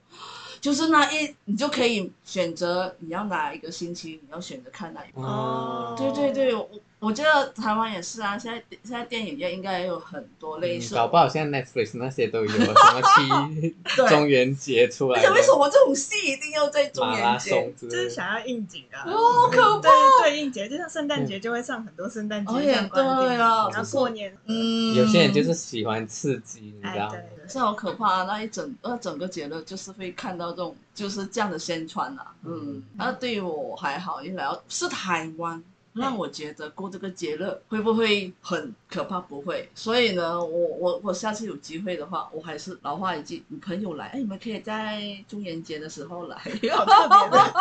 Speaker 1: 就是那一，你就可以选择你要哪一个星期，你要选择看哪一部。
Speaker 2: 哦，
Speaker 1: 对对对，我我觉得台湾也是啊，现在现在电影业应该也有很多类
Speaker 2: 嗯
Speaker 1: 似。
Speaker 2: 搞不好现在 Netflix 那些都有什么七
Speaker 1: (laughs) 对
Speaker 2: 中元节出
Speaker 1: 而
Speaker 2: 来
Speaker 1: 且
Speaker 2: 的
Speaker 1: 为什么这种戏一定要在中
Speaker 2: 马
Speaker 1: 元
Speaker 2: 拉
Speaker 1: 节
Speaker 2: 松？之
Speaker 3: 就是
Speaker 2: 类的，
Speaker 3: 想要应景啊。
Speaker 1: 哦，可
Speaker 3: 对对，应节就像圣诞节就会上很多圣诞
Speaker 1: 哦
Speaker 3: 节
Speaker 1: 也
Speaker 3: 相关的
Speaker 1: 对
Speaker 3: 电影，
Speaker 1: 哦
Speaker 3: 然后过年，
Speaker 1: 嗯，
Speaker 2: 有些人就是喜欢刺激，你知
Speaker 3: 哎
Speaker 2: 道吗？
Speaker 3: 对，
Speaker 1: 是好可怕、啊，那一整那整个节日就是会看到这种就是这样的宣传啊，嗯
Speaker 2: 嗯，
Speaker 1: 那对于我还好，因为来到是台湾，让我觉得过这个节日会不会很可怕？不会，所以呢，我我我下次有机会的话，我还是老话一句，你朋友来，哎，你们可以在中元节的时候来， (laughs)
Speaker 3: 好特别的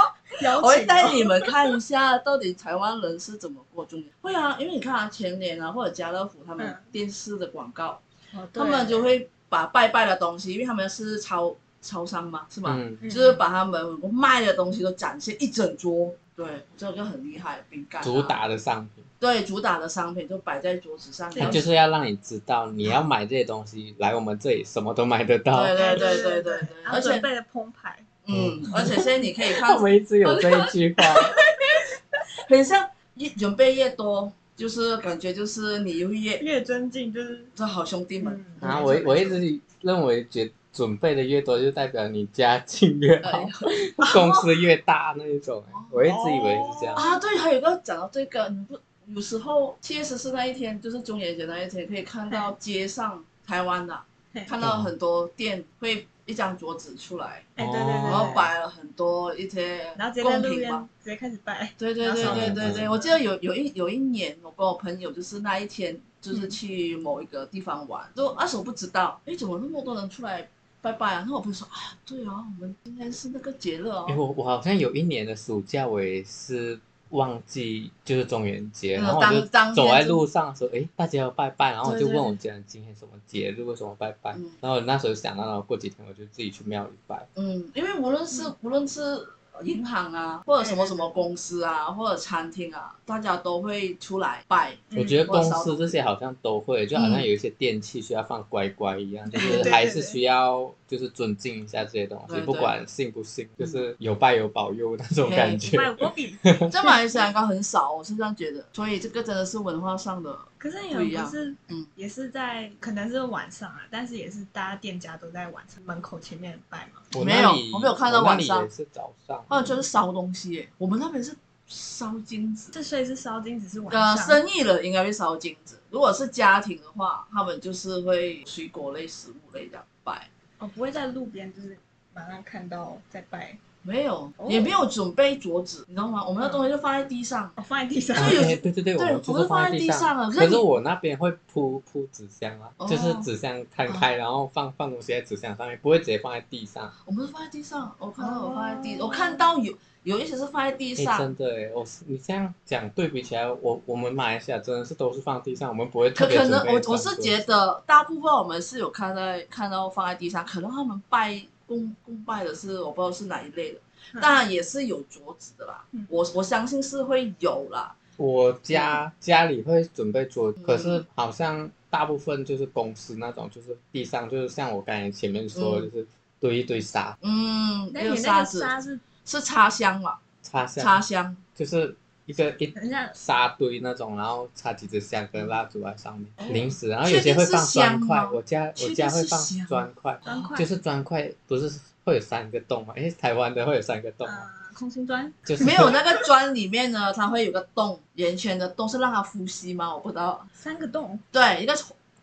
Speaker 3: 邀
Speaker 1: 我会
Speaker 3: 请
Speaker 1: 带
Speaker 3: 哦。
Speaker 1: 你们看一下到底台湾人是怎么过中元。会啊，因为你看啊，前年啊或者家乐福他们
Speaker 3: 嗯
Speaker 1: 电视的广告。
Speaker 4: 哦对
Speaker 1: 他们就会把拜拜的东西，因为他们是超超商嘛，是吧？
Speaker 2: 嗯，
Speaker 4: 嗯
Speaker 1: 就是把他们卖的东西都展现一整桌。对，这个很厉害，饼干啊、
Speaker 2: 主打的商品，
Speaker 1: 对主打的商品就摆在桌子上，
Speaker 3: 对
Speaker 1: 然
Speaker 2: 它
Speaker 1: 后
Speaker 2: 就是要让你知道你要买这些东西，来我们这里什么都买得到。 (laughs)
Speaker 1: 对对对对对对
Speaker 3: 嗯然后
Speaker 1: 而且
Speaker 3: 准备了澎湃，
Speaker 1: 嗯，而且现在你可以看
Speaker 2: (laughs) 他，们一直有这一句话，
Speaker 1: 很像一准备越多，就是感觉就是你又越
Speaker 3: 越尊敬就是
Speaker 1: 这好兄弟们，
Speaker 3: 嗯
Speaker 2: 然啊后我我一直认为觉准备的越多，就代表你家境越
Speaker 1: 哎
Speaker 2: 好
Speaker 1: 呀，
Speaker 2: (laughs) 公司越大那一种。我一直以为是这样。
Speaker 1: 啊，对，还有一个讲到这个，你不有时候七月十四那一天，就是中元节那一天，可以看到街上台湾的
Speaker 3: 嘿，
Speaker 1: 看到很多店会一张桌子出来，
Speaker 3: 哎对对对，
Speaker 2: 哦
Speaker 1: 然后摆了很多一些
Speaker 3: 然后直接在
Speaker 1: 贡
Speaker 3: 路
Speaker 1: 品
Speaker 3: 边
Speaker 1: 嘛。
Speaker 3: 直接开始拜，
Speaker 1: 对对对对对对，
Speaker 2: 嗯
Speaker 1: 我记得有有一有一年，我跟我朋友就是那一天，就是去某一个地方玩，就那时候不知道，哎，怎么那么多人出来拜拜啊？然后我朋友说，哎呀，对啊，我们今天是那个节日哦
Speaker 2: 哎、，我我好像有一年的暑假，我也是忘记就是中元节，
Speaker 1: 嗯
Speaker 2: 然后
Speaker 1: 当
Speaker 2: 我就
Speaker 1: 当天
Speaker 2: 走在
Speaker 1: 就
Speaker 2: 路上说，哎、大家要拜拜，然后我
Speaker 1: 对
Speaker 2: 就
Speaker 1: 对
Speaker 2: 问
Speaker 1: 对
Speaker 2: 我家人今天什么节日，为什么拜拜，
Speaker 1: 嗯
Speaker 2: 然后我那时候想到，然后过几天我就自己去庙里拜，
Speaker 1: 嗯，因为无论是无论是银行啊，或者什么什么公司
Speaker 3: 嗯
Speaker 1: 啊，或者餐厅啊，大家都会出来拜。
Speaker 3: 嗯
Speaker 2: 我觉得
Speaker 1: 或者
Speaker 2: 公
Speaker 1: 烧
Speaker 2: 司
Speaker 1: 东
Speaker 2: 这些好像都会，就好像有一些电器需要放乖乖一样，就
Speaker 1: 对对
Speaker 2: 是
Speaker 1: 对
Speaker 2: 还是需要就是尊敬一下这些东西
Speaker 1: 对，对嗯
Speaker 2: 不管信不信，就是有拜有保佑那
Speaker 1: (laughs)
Speaker 2: 种
Speaker 1: 对
Speaker 2: 感觉。
Speaker 3: 卖我比。
Speaker 1: (laughs) 在马来西亚应该很少，我是这样觉得。所以这个真的是文化上的，
Speaker 3: 可是你
Speaker 1: 不一
Speaker 3: 们
Speaker 1: 样
Speaker 3: 不是
Speaker 1: 嗯，
Speaker 3: 也是在可能是晚上啊，但是也是大家店家都在晚上门口前面拜嘛。
Speaker 2: 我
Speaker 1: 没
Speaker 2: 那
Speaker 1: 有
Speaker 2: 里
Speaker 1: 我没有看到
Speaker 2: 我那
Speaker 1: 晚
Speaker 2: 里
Speaker 1: 上哦
Speaker 2: 也是早上，
Speaker 1: 或者就是烧东西耶。我们那边是烧金纸，
Speaker 3: 这所以是烧金只是晚
Speaker 1: 呃，
Speaker 3: 上，
Speaker 1: 生意人应该会烧金纸。如果是家庭的话，他们就是会水果类、食物类这样拜。
Speaker 3: 哦，不会在路边就是马上看到在拜，
Speaker 1: 没有，
Speaker 3: 哦
Speaker 1: 也没有准备桌子，你知道吗？我们的东西就放在地上，
Speaker 3: 哦，放在地上。
Speaker 1: 所以有
Speaker 2: 哎对对对，我们
Speaker 1: 对
Speaker 2: 就
Speaker 1: 我
Speaker 2: 是放地
Speaker 1: 们放在地上了可是
Speaker 2: 可
Speaker 1: 你
Speaker 2: 是我那边会铺铺纸箱啊，
Speaker 1: 哦
Speaker 2: 就是纸箱摊开，然后放放东西在纸箱上面，不会直接放在地上。
Speaker 1: 我们是放在地上。我看到
Speaker 3: 哦
Speaker 1: 我放在地，我看到有有一些是放在地
Speaker 2: 哎，
Speaker 1: 上
Speaker 2: 真，的哎，我是你这样讲对比起来，我我们马来西亚真的是都是放地上，我们不会特
Speaker 1: 可
Speaker 2: 别
Speaker 1: 可
Speaker 2: 准
Speaker 1: 能
Speaker 2: 备
Speaker 1: 我
Speaker 2: 放桌
Speaker 1: 我是觉得大部分我们是有看在看到放在地上，可能他们拜供供拜的是我不知道是哪一类的，
Speaker 3: 嗯
Speaker 1: 当然也是有桌子的啦
Speaker 3: 嗯，
Speaker 1: 我我相信是会有啦。
Speaker 2: 我
Speaker 1: 嗯
Speaker 2: 家家里会准备桌，可是好像大部分就是公司那种，就是地上就是像我刚才前面说，
Speaker 1: 嗯
Speaker 2: 就是堆一堆沙
Speaker 1: 嗯，
Speaker 4: 那
Speaker 1: 有
Speaker 4: 你那
Speaker 1: 沙
Speaker 4: 个
Speaker 1: 子
Speaker 4: 沙是
Speaker 1: 是插香嘛？
Speaker 2: 插香，
Speaker 1: 插香，
Speaker 2: 就是一个一
Speaker 4: 等一下
Speaker 2: 沙堆那种，然后插几支香跟蜡烛在上面，
Speaker 1: 哦
Speaker 2: 零食，然后有些会放砖块，我家
Speaker 1: 确
Speaker 2: 我
Speaker 1: 定是香吗
Speaker 2: 家会放砖块，
Speaker 3: 砖块
Speaker 2: 就是砖块不是会有三个洞吗？诶，台湾的会有三个洞吗？
Speaker 3: 呃，
Speaker 4: 空心砖，
Speaker 2: 就是
Speaker 1: 啊
Speaker 2: (laughs)
Speaker 1: 没有那个砖里面呢， (laughs) 它会有个洞，圆圈的洞是让它呼吸吗？我不知道。
Speaker 3: 三个洞，
Speaker 1: 对，一个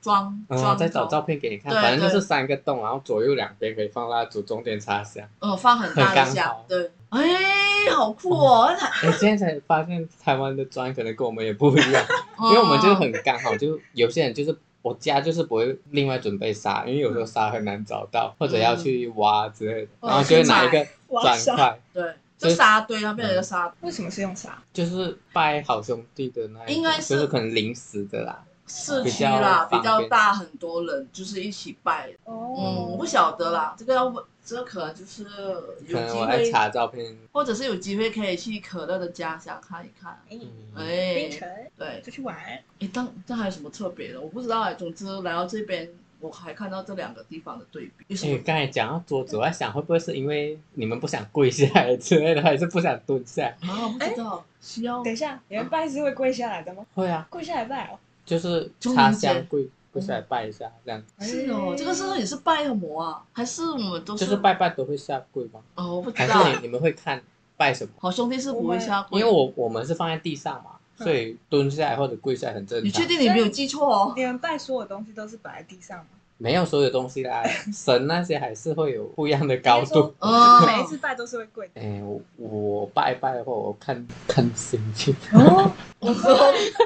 Speaker 1: 装
Speaker 2: 然
Speaker 1: 装
Speaker 2: 嗯后再找
Speaker 1: 头
Speaker 2: 照片给你看，
Speaker 1: 对
Speaker 2: 反正就
Speaker 1: 对
Speaker 2: 是三个洞，然后左右两边可以放蜡烛，中间插香。
Speaker 1: 嗯，放很大的
Speaker 2: 很刚
Speaker 1: 下
Speaker 2: 好，
Speaker 1: 对，哎、好酷哦！那台
Speaker 2: 哎，现在才发现台湾的砖可能跟我们也不一样，
Speaker 1: 哦
Speaker 2: 因为我们
Speaker 1: 嗯
Speaker 2: 就是很刚好，就有些人就是我家就是不会另外准备沙，因为有时候沙很难找到，或者要去挖之类的，
Speaker 1: 嗯
Speaker 2: 然后就会拿一个砖块，
Speaker 1: 对，
Speaker 2: 所
Speaker 1: 就
Speaker 2: 以
Speaker 1: 沙堆，它变
Speaker 2: 嗯
Speaker 1: 成一个沙
Speaker 3: 为什么是用啥？
Speaker 2: 就是拜好兄弟的那一种，
Speaker 1: 应该是
Speaker 2: 就是可能临时的啦。
Speaker 1: 市
Speaker 2: 比
Speaker 1: 区
Speaker 2: 较
Speaker 1: 啦，比
Speaker 2: 方
Speaker 1: 较
Speaker 2: 便
Speaker 1: 大，很多人就是一起拜。
Speaker 3: 哦
Speaker 1: 嗯，我不晓得啦，这个要问，这个可能就是
Speaker 2: 可
Speaker 1: 有
Speaker 2: 能
Speaker 1: 机
Speaker 2: 我在
Speaker 1: 会，
Speaker 2: 查照片，
Speaker 1: 或者是有机会可以去可乐的家乡看一看。
Speaker 3: 哎，
Speaker 2: 嗯，
Speaker 1: 哎
Speaker 3: 冰，城
Speaker 1: 对，
Speaker 3: 出去玩，
Speaker 1: 哎，但但还有什么特别的？我不知道哎。总之来到这边，我还看到这两个地方的对比。有什
Speaker 2: 哎，
Speaker 1: 么？
Speaker 2: 刚才讲到桌子，我在想会不会是因为你们不想跪下来之类的，还是不想蹲下？
Speaker 1: 啊，我不知道，需要
Speaker 3: 等一下，你们拜是会跪下来的吗？
Speaker 2: 会啊，
Speaker 3: 跪下来拜哦。
Speaker 2: 就是
Speaker 1: 中
Speaker 2: 插
Speaker 1: 元节
Speaker 2: 香跪跪下来拜一下，这样
Speaker 1: 是
Speaker 3: 哎
Speaker 1: 哦，这个是也是拜恶魔啊，还是我们都
Speaker 2: 就是拜拜都会下跪吗？
Speaker 1: 哦，我不知
Speaker 2: 还
Speaker 1: 道
Speaker 2: 是。你你们会看拜什么？
Speaker 1: 好兄弟是不会下跪，
Speaker 2: 因为我我们是放在地上嘛，
Speaker 3: 嗯
Speaker 2: 所以蹲下来或者跪下来很正常。
Speaker 1: 你确定你没有记错
Speaker 3: (laughs)
Speaker 1: 哦？
Speaker 3: 你们拜所有东西都是摆在地上吗？
Speaker 2: 没有所有东西啦，神那些还是会有不一样的高度。
Speaker 1: 哦
Speaker 3: 每一次拜都是会跪的。
Speaker 2: 哎，我我拜拜的话，我看看心情。
Speaker 3: 哦，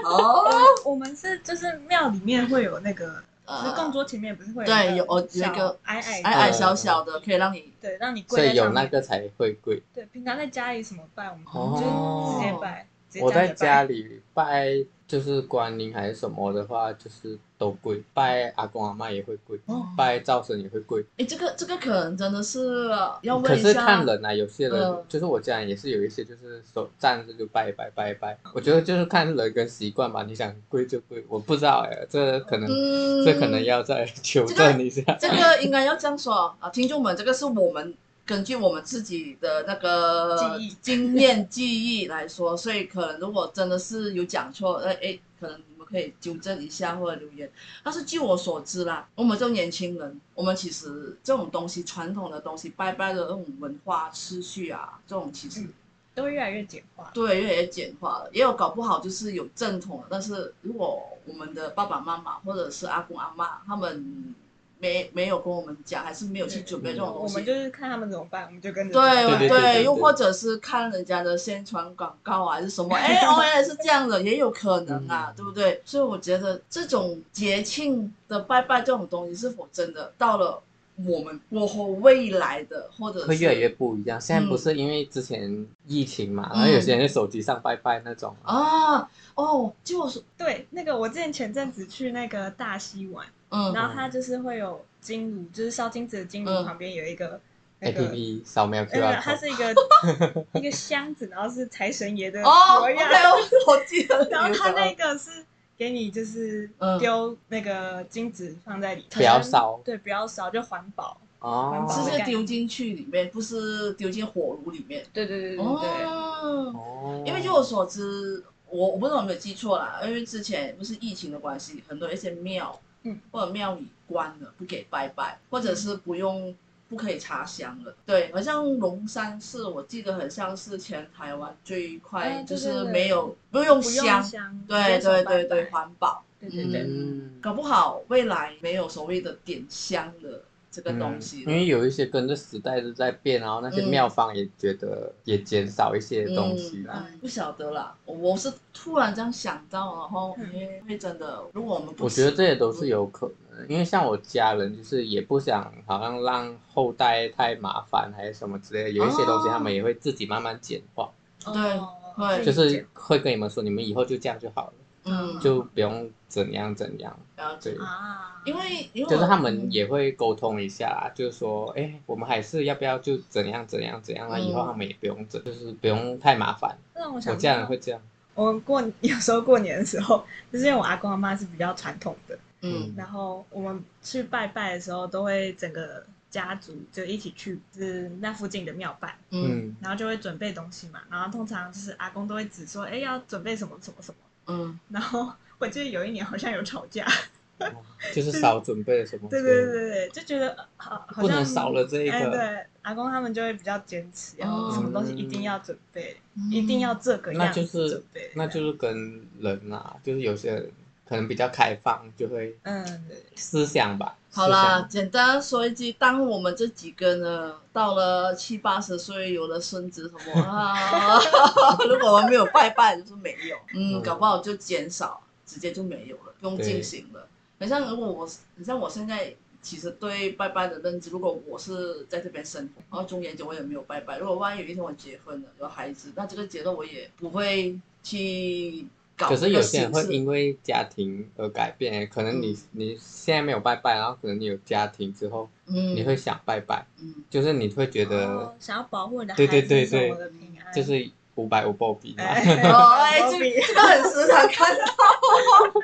Speaker 1: 哦，
Speaker 3: 我们是就是庙里面会有那个，就是供
Speaker 1: 呃
Speaker 3: 桌前面不是会
Speaker 1: 对有
Speaker 3: 有
Speaker 1: 哦有一个
Speaker 3: 矮
Speaker 1: 矮
Speaker 3: 矮的，
Speaker 1: 矮小小的，可以让你
Speaker 3: 对，让你
Speaker 2: 所
Speaker 3: 跪在
Speaker 2: 以有
Speaker 3: 上
Speaker 2: 那
Speaker 3: 面。
Speaker 2: 个才会跪。
Speaker 3: 对，平常在家里什么拜，我们
Speaker 2: 哦
Speaker 3: 就直接拜。直接
Speaker 2: 我在
Speaker 3: 站着
Speaker 2: 家
Speaker 3: 拜
Speaker 2: 里拜就是观音还是什么的话，就是都跪，拜阿公阿妈也会跪，
Speaker 1: 哦
Speaker 2: 拜灶神也会跪。
Speaker 1: 哎，这个这个可能真的是要
Speaker 2: 可
Speaker 1: 问一
Speaker 2: 是
Speaker 1: 下
Speaker 2: 看，人啊，有些人、
Speaker 1: 嗯
Speaker 2: 就是我家人也是有一些就是手站着就拜一拜拜一拜，我觉得就是看人跟习惯吧，你想跪就跪，我不知道哎、这可能、
Speaker 1: 嗯，
Speaker 2: 这可能要再 (laughs) 求证一下。
Speaker 1: (laughs) 这个应该要这样说啊，听众们，这个是我们根据我们自己的那个
Speaker 3: 记忆
Speaker 1: 经验记忆来说，所以可能如果真的是有讲错，呃，哎，可能你们可以纠正一下或者留言。但是据我所知啦，我们这种年轻人，我们其实这种东西传统的东西，拜拜的那种文化秩序啊，这种其实
Speaker 3: 嗯都会越来越简化。
Speaker 1: 对，越来越简化了，也有搞不好就是有正统的，但是如果我们的爸爸妈妈或者是阿公阿妈他们没没有跟我们讲，还哦是没有去准备这种
Speaker 3: 我
Speaker 1: 东
Speaker 3: 们
Speaker 1: 西，
Speaker 3: 就是看他们怎么办，我们就跟着
Speaker 1: 对
Speaker 2: 对对对
Speaker 1: 又或者是看人家的宣传广告啊，还是什么，哎，哦，原来是这样的，也有可能啊，
Speaker 2: 嗯
Speaker 1: 对不对？所以我觉得这种节庆的拜拜这种东西，是否真的到了我们过后未来的，或者是
Speaker 2: 会越来越不一样。现在
Speaker 1: 嗯
Speaker 2: 不是因为之前疫情嘛，
Speaker 1: 嗯
Speaker 2: 然后有些人在手机上拜拜那种，
Speaker 1: 啊，哦，就是
Speaker 3: 对，那个我之前前阵子去那个大溪玩，
Speaker 1: 嗯
Speaker 3: 然后它就是会有金炉，就是烧金子的金炉
Speaker 1: 嗯
Speaker 3: 旁边有一个那
Speaker 2: A
Speaker 3: 个
Speaker 2: P，P 扫描
Speaker 3: 呃，
Speaker 2: QR
Speaker 3: 它
Speaker 2: code，
Speaker 3: 是
Speaker 2: (laughs)
Speaker 3: 一个一个箱子，然后是财神爷的
Speaker 1: 哦
Speaker 3: 模样，
Speaker 1: ，OK，我我记得 (laughs) 你有讲，
Speaker 3: (laughs) 然后它那个是给你就是
Speaker 1: 嗯
Speaker 3: 丢那个金子放在里，
Speaker 2: 不要烧
Speaker 3: 对，不要烧，就环保，
Speaker 2: 哦，
Speaker 3: 是
Speaker 1: 是丢进去里面，不是丢进火炉里面。
Speaker 3: 对对对对对，
Speaker 1: 哦，
Speaker 2: 哦
Speaker 1: 因为据我所知，我我不知道有没有记错啦，因为之前不是疫情的关系，很多一些庙，
Speaker 3: 嗯，
Speaker 1: 或者庙里关了，不给拜拜，或者是不用。不可以插香了，对，好像龙山寺，我记得很像是前台湾最快，
Speaker 3: 嗯
Speaker 1: 就
Speaker 3: 对
Speaker 1: 是
Speaker 3: 对对
Speaker 1: 没有不用
Speaker 3: 不用
Speaker 1: 香，
Speaker 3: 香，
Speaker 1: 对对对
Speaker 3: 对
Speaker 1: 对，环保，
Speaker 3: 对对对，
Speaker 2: 嗯
Speaker 1: 搞不好未来没有所谓的点香的这个东西了
Speaker 2: 嗯因为有一些跟着时代都在变，然后那些
Speaker 1: 嗯
Speaker 2: 妙方也觉得也减少一些东西啦。
Speaker 1: 嗯不晓得啦，我是突然这样想到，然后
Speaker 3: 嗯
Speaker 1: 因为会真的，如果我们不
Speaker 2: 我觉得这也都是有可能的，因为像我家人就是也不想好像让后代太麻烦还是什么之类的，有一些东西
Speaker 1: 哦
Speaker 2: 他们也会自己慢慢简化，
Speaker 3: 哦
Speaker 1: 对
Speaker 2: 就
Speaker 3: 自
Speaker 2: 是
Speaker 3: 己剪
Speaker 2: 会跟你们说你们以后就这样就好了，
Speaker 1: 嗯，
Speaker 2: 就
Speaker 3: 哦
Speaker 2: 不用怎样怎样。
Speaker 1: 了解
Speaker 2: 对，
Speaker 3: 啊，
Speaker 1: 因为因为
Speaker 2: 就是他们也会沟通一下啦，就是说，哎、我们还是要不要就怎样怎样怎样啊？
Speaker 1: 嗯
Speaker 2: 以后他们也不用怎，就是不用太麻烦。
Speaker 3: 让哦我
Speaker 2: 我
Speaker 3: 想
Speaker 2: 家人
Speaker 3: 到
Speaker 2: 会这样，
Speaker 3: 我过有时候过年的时候， (laughs) 就是因为我阿公阿妈是比较传统的，
Speaker 1: 嗯
Speaker 3: 然后我们去拜拜的时候，都会整个家族就一起去，就是那附近的庙拜，
Speaker 1: 嗯
Speaker 2: 嗯，
Speaker 3: 然后就会准备东西嘛。然后通常就是阿公都会指说，哎，要准备什么什么什么。
Speaker 1: 嗯
Speaker 3: 然后我记得有一年好像有吵架，
Speaker 2: (laughs) 哦就是少准备了什么，
Speaker 3: 对对对，对对，就觉得呃好好像
Speaker 2: 不能少了这一
Speaker 3: 哎，
Speaker 2: 个。
Speaker 3: 对，阿公他们就会比较坚持，然后
Speaker 1: 哦
Speaker 3: 什么东西一定要准备，
Speaker 1: 嗯
Speaker 3: 一定要这个
Speaker 2: 那
Speaker 3: 样
Speaker 2: 就
Speaker 3: 子
Speaker 2: 是
Speaker 3: 准备，
Speaker 2: 那就是跟人啊，就是有些人可能比较开放，就会
Speaker 3: 嗯，对
Speaker 2: 思想吧。
Speaker 1: 好
Speaker 2: 思
Speaker 1: 啦，
Speaker 2: 想，
Speaker 1: 简单说一句，当我们这几个呢，到了七八十岁，有了孙子什
Speaker 2: (laughs)
Speaker 1: 么啊， (laughs) 如果我们没有拜拜，就是没有，嗯，
Speaker 2: 嗯
Speaker 1: 搞不好就减少，直接就没有了，不用进行了。很像如果我，很像我现在其实对拜拜的认知，如果我是在这边生活，然后中元节我也没有拜拜，如果万一有一天我结婚了，有孩子，那这个节日我也不会去搞
Speaker 2: 可
Speaker 1: 这
Speaker 2: 是有
Speaker 1: 个
Speaker 2: 些人
Speaker 1: 形
Speaker 2: 会
Speaker 1: 式。
Speaker 2: 因为家庭而改变，可能你、
Speaker 1: 嗯
Speaker 2: 你现在没有拜拜，然后可能你有家庭之后，
Speaker 1: 嗯，
Speaker 2: 你会想拜拜，
Speaker 1: 嗯，
Speaker 2: 就是你会觉
Speaker 4: 哦
Speaker 2: 得，
Speaker 4: 想要保护你的孩
Speaker 2: 对
Speaker 4: 子
Speaker 2: 对对
Speaker 4: 什么
Speaker 2: 对
Speaker 4: 的平安，
Speaker 2: 就是五百五暴比嘛。
Speaker 1: 哦，哎，
Speaker 3: (laughs) 哎，
Speaker 1: 这
Speaker 3: 比
Speaker 1: 个这个很时常看到哦，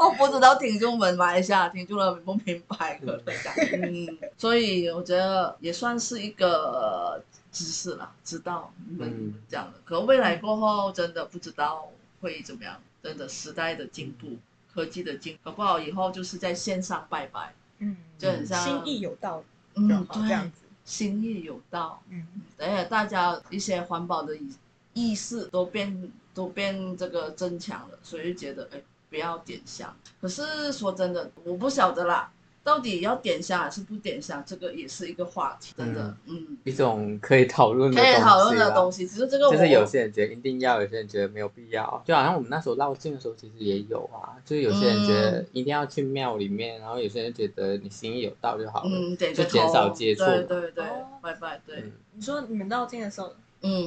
Speaker 1: 我不知道听众们马来西亚听众们不明白可能讲，嗯，所以我觉得也算是一个知识了，知道你们
Speaker 2: 嗯
Speaker 1: 这样的，可未来过后真的不知道会怎么样，真的时代的进步，科技的进，搞不好以后就是在线上拜拜，
Speaker 3: 嗯，
Speaker 1: 就很像
Speaker 3: 心意有道就
Speaker 1: 嗯，
Speaker 3: 好这样
Speaker 1: 对，
Speaker 3: 子，
Speaker 1: 心意有道，
Speaker 3: 嗯，
Speaker 1: 而且大家一些环保的意意识都变都变这个增强了，所以就觉得哎，不要点香。可是说真的，我不晓得啦，到底要点香还是不点香，这个也是一个话题，真的，嗯，
Speaker 2: (laughs) 一种可以讨论的
Speaker 1: 可以讨论的
Speaker 2: 啦
Speaker 1: 东西。只是这个我
Speaker 2: 就是有些人觉得一定要，有些人觉得没有必要。就好像我们那时候绕境的时候，其实也有啊，就是有些人觉得
Speaker 1: 嗯
Speaker 2: 一定要去庙里面，然后有些人觉得你心意有到就好了。
Speaker 1: 嗯点
Speaker 2: 就
Speaker 1: 个头，
Speaker 2: 减少接触
Speaker 1: 对对对
Speaker 3: 哦，
Speaker 1: 拜拜，对
Speaker 2: 嗯，
Speaker 3: 你说你们绕境的时候，
Speaker 1: 嗯。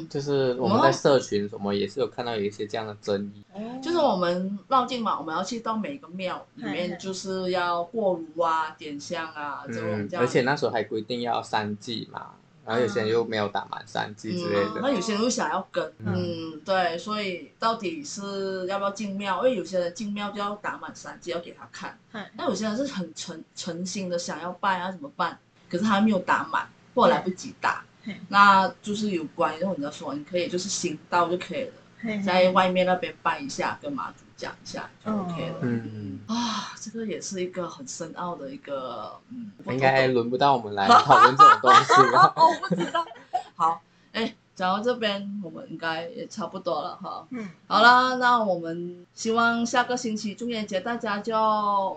Speaker 2: 就是我
Speaker 1: 然
Speaker 2: 们
Speaker 1: 后
Speaker 2: 在社群什么也是有看到有一些这样的争议。
Speaker 3: 哦
Speaker 1: 就是我们绕境嘛，我们要去到每个庙里
Speaker 3: 嗨嗨
Speaker 1: 面，就是要过炉啊、点香啊这种
Speaker 2: 嗯
Speaker 1: 这，样。
Speaker 2: 而且那时候还规定要三季嘛，然后有些人又没有打满三季之类
Speaker 1: 嗯。
Speaker 2: 的。
Speaker 1: 那有些人又想要跟，
Speaker 2: 嗯
Speaker 1: 嗯，对，所以到底是要不要进庙？因为有些人进庙就要打满三戒，要给他看。
Speaker 3: 嗨
Speaker 1: 那有些人是很诚诚心的想要拜啊，怎么办？可是他没有打满，或者来不及打
Speaker 3: 嗯嗯，
Speaker 1: 那就是有关于人家说，你可以就是行道就可以了，
Speaker 3: 嘿
Speaker 1: 在外面那边拜一下，跟妈祖讲一下就 OK 了。
Speaker 2: 嗯，
Speaker 1: 啊，这个也是一个很深奥的一个，嗯，我
Speaker 2: 应该轮不到我们来讨论这种东西了。
Speaker 1: (laughs) 哦，我不知道。 (laughs) 好，哎，讲到这边，我们应该也差不多了哈。
Speaker 3: 嗯，
Speaker 1: 好啦，那我们希望下个星期中元节大家就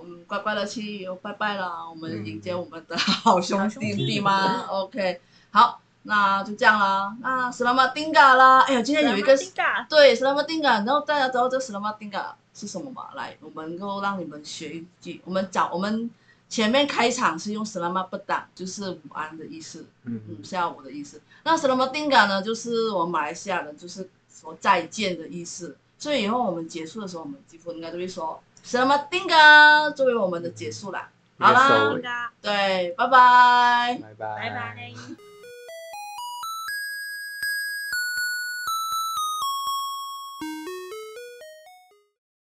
Speaker 1: 嗯乖乖的去拜拜啦，我们
Speaker 2: 嗯
Speaker 1: 迎接我们的好兄弟弟吗？OK，好，那就这样啦。那斯拉马丁嘎啦，哎呀，今天有一个对斯拉马丁嘎，然后大家知道这斯拉马丁嘎是什么吗？来，我们够让你们学一句，我们找我们前面开场是用斯拉马不打，就是午安的意思。嗯，
Speaker 2: 嗯，
Speaker 1: 下午的意思。那 s l a m a d i n g a 呢，就是我们马来西亚人就是说再见的意思。所以以后我们结束的时候，我们几乎应该都会说 s l a m a d i n g a 作为我们的结束啦。好
Speaker 2: 一个
Speaker 1: 啦
Speaker 2: 收尾，
Speaker 1: 对，拜拜。
Speaker 2: 拜
Speaker 4: 拜
Speaker 2: 拜，
Speaker 4: 拜。